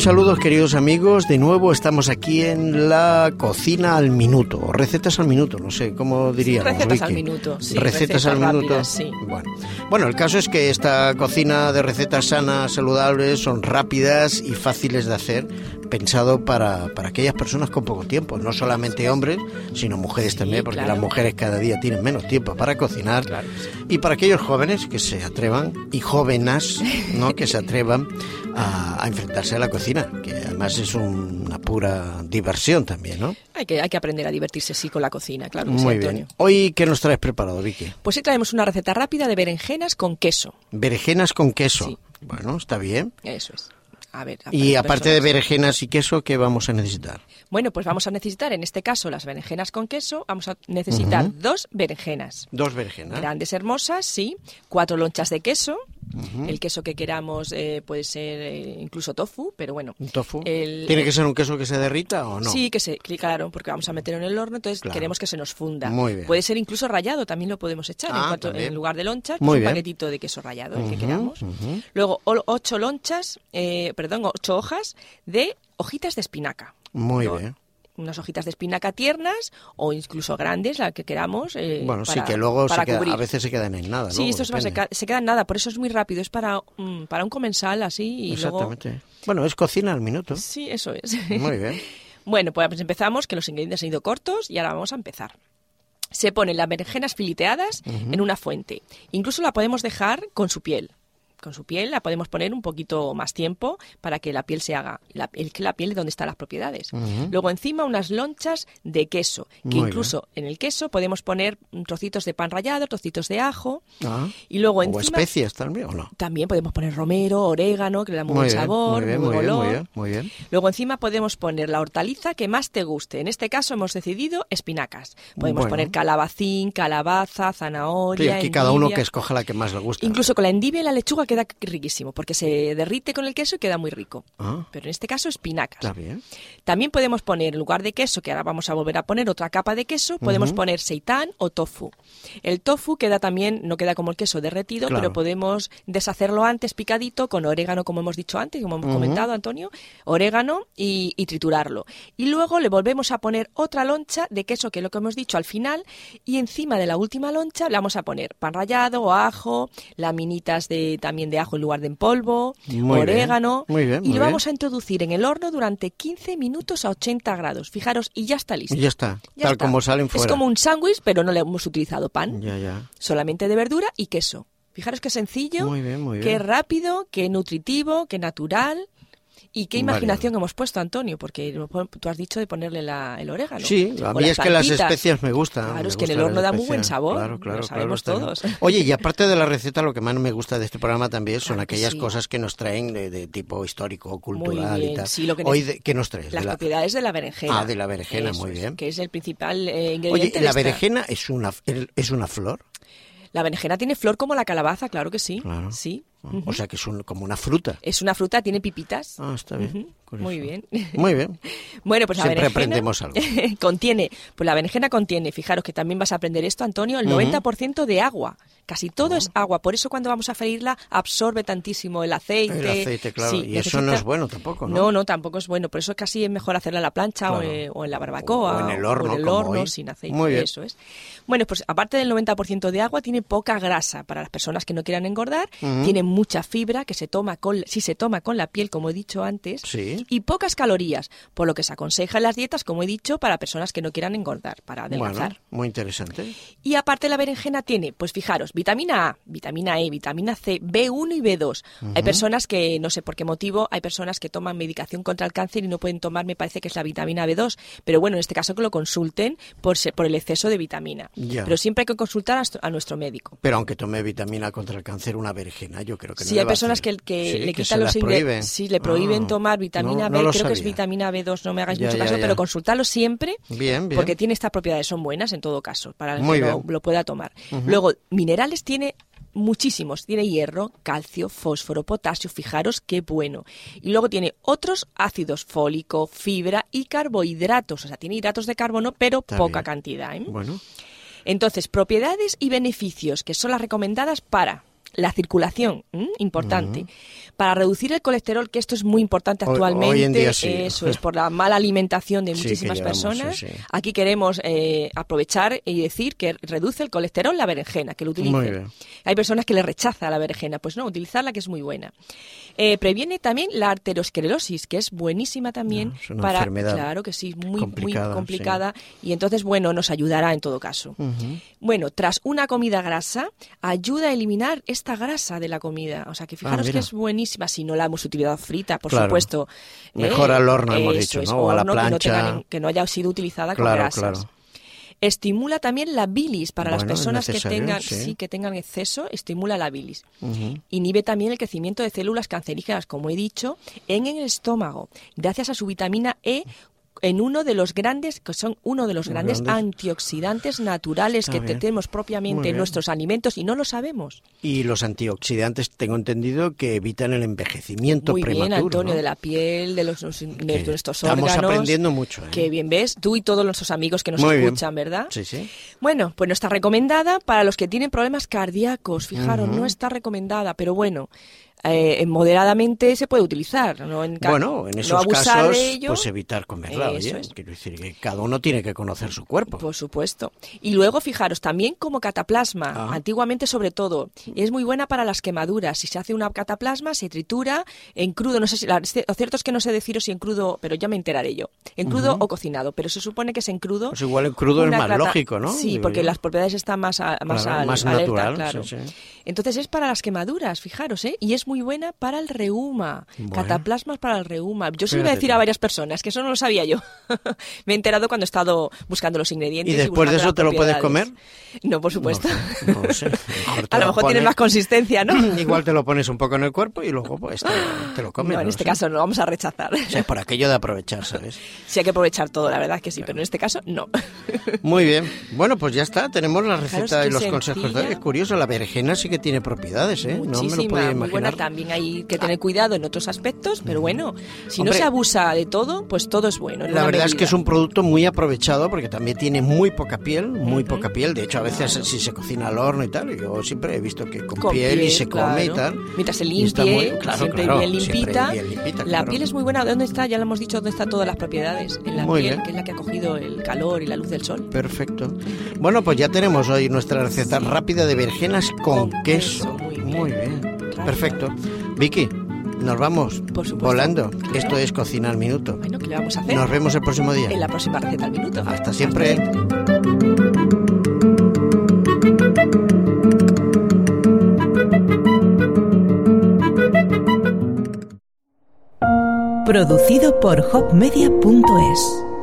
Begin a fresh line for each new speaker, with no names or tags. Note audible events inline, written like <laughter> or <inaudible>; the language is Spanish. saludos queridos amigos, de nuevo estamos aquí en la cocina al minuto, o recetas al minuto, no sé, ¿cómo diríamos?
recetas
Vicky?
al minuto, sí,
recetas,
recetas
al minuto.
rápidas, sí.
Bueno. bueno, el caso es que esta cocina de recetas sanas, saludables, son rápidas y fáciles de hacer, pensado para, para aquellas personas con poco tiempo, no solamente hombres, sino mujeres también, porque
claro.
las mujeres cada día tienen menos tiempo para cocinar.
Claro que sí.
Y para aquellos jóvenes que se atrevan, y jóvenes ¿no? que se atrevan a, a enfrentarse a la cocina, que además es un- una pura diversión también, ¿no?
Hay que, hay que aprender a divertirse, sí, con la cocina, claro. que sí,
Muy
Antonio.
bien. Hoy, ¿qué nos traes preparado, Vicky?
Pues hoy traemos una receta rápida de berenjenas con queso.
Berenjenas con queso.
Sí.
Bueno, está bien.
Eso es. A ver.
Y
a-
aparte de
personas-
berenjenas y queso, ¿qué vamos a necesitar?
Bueno, pues vamos a necesitar, en este caso, las berenjenas con queso. Vamos a necesitar dos berenjenas.
Dos berenjenas.
Grandes, hermosas, sí. Cuatro lonchas de queso. El queso que queramos eh, puede ser eh, incluso tofu, pero bueno.
¿Un tofu?
el-
¿Tiene que ser un queso que se derrita o no?
Sí, que se, que claro, porque vamos a meterlo en el horno, entonces
Claro.
queremos que se nos funda.
Muy bien.
Puede ser incluso rallado, también lo podemos echar en,
Ah,
cuanto-
también.
en lugar de lonchas, pues
Muy
un
bien.
paquetito de queso rallado, el que
Ujú,
queramos.
ujú.
Luego, ol- ocho lonchas, eh, perdón, ocho hojas de hojitas de espinaca.
Muy
¿no?
bien.
Unas hojitas de espinaca tiernas o incluso grandes, la que queramos. eh,
Bueno, sí
para-
que luego se
para
queda-
cubrir.
a veces se quedan en nada.
Sí,
luego,
esto se, va a
depende.
secar- se queda en nada, por eso es muy rápido. Es para, mm, para un comensal así y luego.
Exactamente. Bueno, es cocina al minuto.
Sí, eso es.
Muy bien.
Bueno, pues empezamos, que los ingredientes han ido cortos y ahora vamos a empezar. Se ponen las berenjenas fileteadas en una fuente. Incluso la podemos dejar con su piel. Con su piel la podemos poner un poquito más tiempo para que la piel se haga. La, el- que la piel es donde están las propiedades. Luego encima unas lonchas de queso, que
Muy bien.
incluso en el queso podemos poner mm, trocitos de pan rallado, trocitos de ajo.
Ah.
Y luego
o
encima
especias también, ¿o no?
también podemos poner romero, orégano, que le da muy, buen
bien,
sabor,
muy bien,
muy
muy bien,
olor.
muy bien, muy bien.
Luego encima podemos poner la hortaliza que más te guste. En este caso hemos decidido espinacas. Podemos
Bueno.
poner calabacín, calabaza,
Sí,
zanahoria.
aquí cada uno
endivia.
que escoja la que más le gusta.
Incluso con la endivia y la lechuga queda riquísimo, porque se derrite con el queso y queda muy rico.
Ah,
Pero en este caso espinacas.
está bien.
También podemos poner, en lugar de queso, que ahora vamos a volver a poner otra capa de queso, podemos poner seitán o tofu. El tofu queda también, no queda como el queso derretido,
Claro.
pero podemos deshacerlo antes picadito con orégano, como hemos dicho antes, como hemos comentado, Antonio, orégano y, y triturarlo. Y luego le volvemos a poner otra loncha de queso, que es lo que hemos dicho al final, y encima de la última loncha le vamos a poner pan rallado o ajo, laminitas de, también de ajo en lugar de en polvo,
Muy bien,
orégano,
muy bien,
y
muy
lo vamos
bien.
a introducir en el horno durante 15 minutos a 80 grados. Fijaros, y ya está listo.
Y ya está,
Ya
tal
está.
como salen
Es
fuera.
como un sándwich, pero no le hemos utilizado pan,
Ya, ya.
solamente de verdura y queso. Fijaros qué sencillo,
Muy bien, muy
qué
bien.
rápido, qué nutritivo, qué natural. Y qué
Vale.
imaginación hemos puesto, Antonio, porque lo pon- tú has dicho de ponerle la- el orégano.
Sí, a
o
mí es que las
salpitas.
especias me gustan.
Claro,
me
es que en
gustan
el horno
las
da muy buen
especias.
sabor,
Claro,
lo
claro, claro,
sabemos
está bien.
todos.
Oye, y aparte de la receta, lo que más me gusta de este programa también son
Claro que
aquellas
sí.
cosas que nos traen de, de tipo histórico, cultural y
bien,
tal.
sí, lo que
Hoy,
nece-
de- ¿qué nos traes? De
Las
la-
propiedades de la berenjena.
Ah, de la berenjena, muy
es,
bien.
que es el principal eh,
Oye,
ingrediente. de
¿la
esta-
berenjena es una, es una flor?
La berenjena tiene flor como la calabaza, claro que sí.
Claro.
Sí.
O sea, que es un- como una fruta.
Es una fruta, tiene pipitas.
Ah, está bien.
Ujú,
curioso.
muy bien. <laughs>
Muy bien.
Bueno, pues
Siempre
la berenjena
aprendemos algo.
<laughs> contiene, pues la berenjena contiene, fijaros que también vas a aprender esto, Antonio, el 90% de agua. Casi todo es agua, por eso cuando vamos a freírla absorbe tantísimo el aceite.
El aceite, claro.
Sí,
y eso no
necesita-
es bueno tampoco, ¿no?
No, no, tampoco es bueno. Por eso casi es mejor hacerla a la plancha o,
Claro.
eh, o en la barbacoa.
O en el horno,
en el
como
horno
hoy.
sin aceite.
Muy bien.
Eso es. Bueno, pues aparte del 90% de agua, tiene poca grasa para las personas que no quieran engordar. Tiene mucha fibra que se toma con, si se toma con la piel, como he dicho antes.
Sí.
Y pocas calorías, por lo que se aconseja en las dietas, como he dicho, para personas que no quieran engordar, para adelgazar.
Bueno, muy interesante.
Y aparte la berenjena tiene, pues fijaros, vitamina A, vitamina E, vitamina C, B1 y B2. Hay personas que, no sé por qué motivo, hay personas que toman medicación contra el cáncer y no pueden tomar, me parece que es la vitamina B2. Pero bueno, en este caso que lo consulten por, se- por el exceso de vitamina.
Ya.
Pero siempre hay que consultar a, a nuestro médico.
Pero aunque tome vitamina contra el cáncer, una berenjena, yo creo que no
Si
le
hay
va a
personas que,
hacer.
que
Sí,
le
se
quitan los
las
ingredientes,
prohíben.
si le prohíben
Ah,
tomar vitamina
no-
B,
no lo
creo que es
sabía.
vitamina B2, no me hagáis
Ya,
mucho
ya,
caso,
ya.
pero consultarlo siempre
Bien, bien.
porque tiene estas propiedades, son buenas en todo caso, para el
Muy
que
bien.
lo, lo pueda tomar. Luego, minerales tiene muchísimos, tiene hierro, calcio, fósforo, potasio, fijaros qué bueno. Y luego tiene otros ácidos, fólico, fibra y carbohidratos, o sea, tiene hidratos de carbono, pero
Está
poca
bien.
cantidad. ¿eh?
Bueno,
Entonces, propiedades y beneficios, que son las recomendadas para la circulación, ¿m? importante. Para reducir el colesterol, que esto es muy importante
Hoy-
actualmente,
hoy en día sí. <laughs>
eso es por la mala alimentación de
Sí, que
muchísimas
llevamos,
personas.
sí, sí.
Aquí queremos eh, aprovechar y decir que reduce el colesterol la berenjena, que lo utilicen.
Muy bien.
Hay personas que le rechaza la berenjena, pues no, utilizarla que es muy buena. Eh, previene también la arteriosclerosis, que es buenísima también
Ya, es una
para
enfermedad
claro que sí, muy
complicada, sí.
muy complicada y entonces bueno, nos ayudará en todo caso.
Ujú.
Bueno, tras una comida grasa, ayuda a eliminar esta grasa de la comida. O sea, que fijaros que
Ah, mira.
es buenísima si no la hemos utilizado frita, por
Claro.
supuesto. Eh,
Mejor al horno, hemos
eso
dicho,
es,
¿no? O a la
horno, Que no,
plancha.
tengan- que no haya sido utilizada con
Claro,
grasas.
claro.
Estimula también la bilis para las
Bueno, es
personas que
necesario,
tengan,
sí.
sí, que tengan exceso, estimula la bilis.
Ujú.
Inhibe también el crecimiento de células cancerígenas, como he dicho, en el estómago, gracias a su vitamina E en uno de los grandes, que son uno de los
Los
grandes,
grandes.
antioxidantes naturales
Está
que
bien.
tenemos
Muy
propiamente
bien.
en nuestros alimentos y no lo sabemos.
Y los antioxidantes, tengo entendido que evitan el envejecimiento
Muy
prematuro.
bien, Antonio,
¿no?
de la piel, de, los, de
Que
nuestros
estamos
órganos.
aprendiendo mucho, ¿eh?
Que bien ves, tú y todos nuestros amigos que nos
Muy bien.
escuchan, ¿verdad?
Sí, sí.
Bueno, pues no está recomendada para los que tienen problemas cardíacos. Fijaros,
Ujú.
no está recomendada, pero bueno, eh, moderadamente se puede utilizar. No en ca-
Bueno, en
no
esos
abusar
casos,
de ello.
pues evitar comerla,
Eso
oye.
es.
Quiero decir que cada uno tiene que conocer su cuerpo.
Por supuesto. Y luego, fijaros, también como cataplasma,
Ah.
antiguamente sobre todo, es muy buena para las quemaduras. Si se hace una cataplasma, se tritura en crudo, no sé si, la- lo cierto es que no sé deciros si en crudo, pero ya me enteraré yo, en crudo o cocinado, pero se supone que es en crudo.
Pues igual en crudo es
Una
más
cata-
lógico, ¿no?
Sí,
Digo
porque
yo.
las propiedades están más, a- más,
Claro,
al-
más
alerta,
natural,
claro.
sí, sí.
Entonces es para las quemaduras, fijaros, ¿eh? Y es muy buena para el reuma,
Bueno.
cataplasmas para el reuma. Yo se lo Pues iba a
Fíjate
decir
tú.
a varias personas, que eso no lo sabía yo. <laughs> me he enterado cuando he estado buscando los
¿Y
ingredientes.
después de
buscando
eso
las
te lo puedes
propiedades. No, por
No
supuesto.
sé, no
<laughs>
sé. mejor te
a lo mejor
pones-
tiene más
<laughs>
consistencia, ¿no? <laughs>
Igual te lo pones un poco en el cuerpo y luego pues te, te lo comes.
No, en
lo
este
sé.
caso no, vamos a rechazar. <laughs>
O sea, por aquello de aprovechar, ¿sabes?
sí, hay que aprovechar todo, la verdad es que sí, pero en este caso no.
Muy bien. Bueno, pues ya está. Tenemos la
Fijaros
receta
qué
y los consejos.
sencilla.
Es curioso, la berenjena sí que tiene propiedades, <laughs> ¿eh? no me lo
Muchísima,
podía
muy
imaginar. Mm.
buena. También hay que tener cuidado en otros aspectos, pero bueno, si
Hombre.
no se abusa de todo, pues todo es bueno. en
La
una
verdad es que
medida.
es un producto muy aprovechado porque también tiene muy poca piel, muy poca piel. De hecho, a veces eh, si se cocina al horno y tal, yo siempre he visto que con,
Con
piel, y se
claro.
come y tal.
Mientras se
Y está
limpie,
muy- claro,
siempre,
claro,
bien
siempre
limpita.
bien limpita,
La
claro.
piel es muy buena. ¿Dónde está? Ya lo hemos dicho, ¿dónde están todas las propiedades? En la
Muy
piel,
bien.
que es la que ha cogido el calor y la luz del sol.
Perfecto. Bueno, pues ya tenemos hoy nuestra receta rápida de vergenas con,
Con
queso.
queso, muy bien.
Muy bien. Perfecto. Vicky, nos vamos
Por supuesto.
volando. Esto es Cocina al Minuto.
Bueno, ¿qué le vamos a hacer?
Nos vemos ¿Eh? el próximo día.
En la próxima receta al minuto.
Hasta siempre.
Producido por hopmedia.es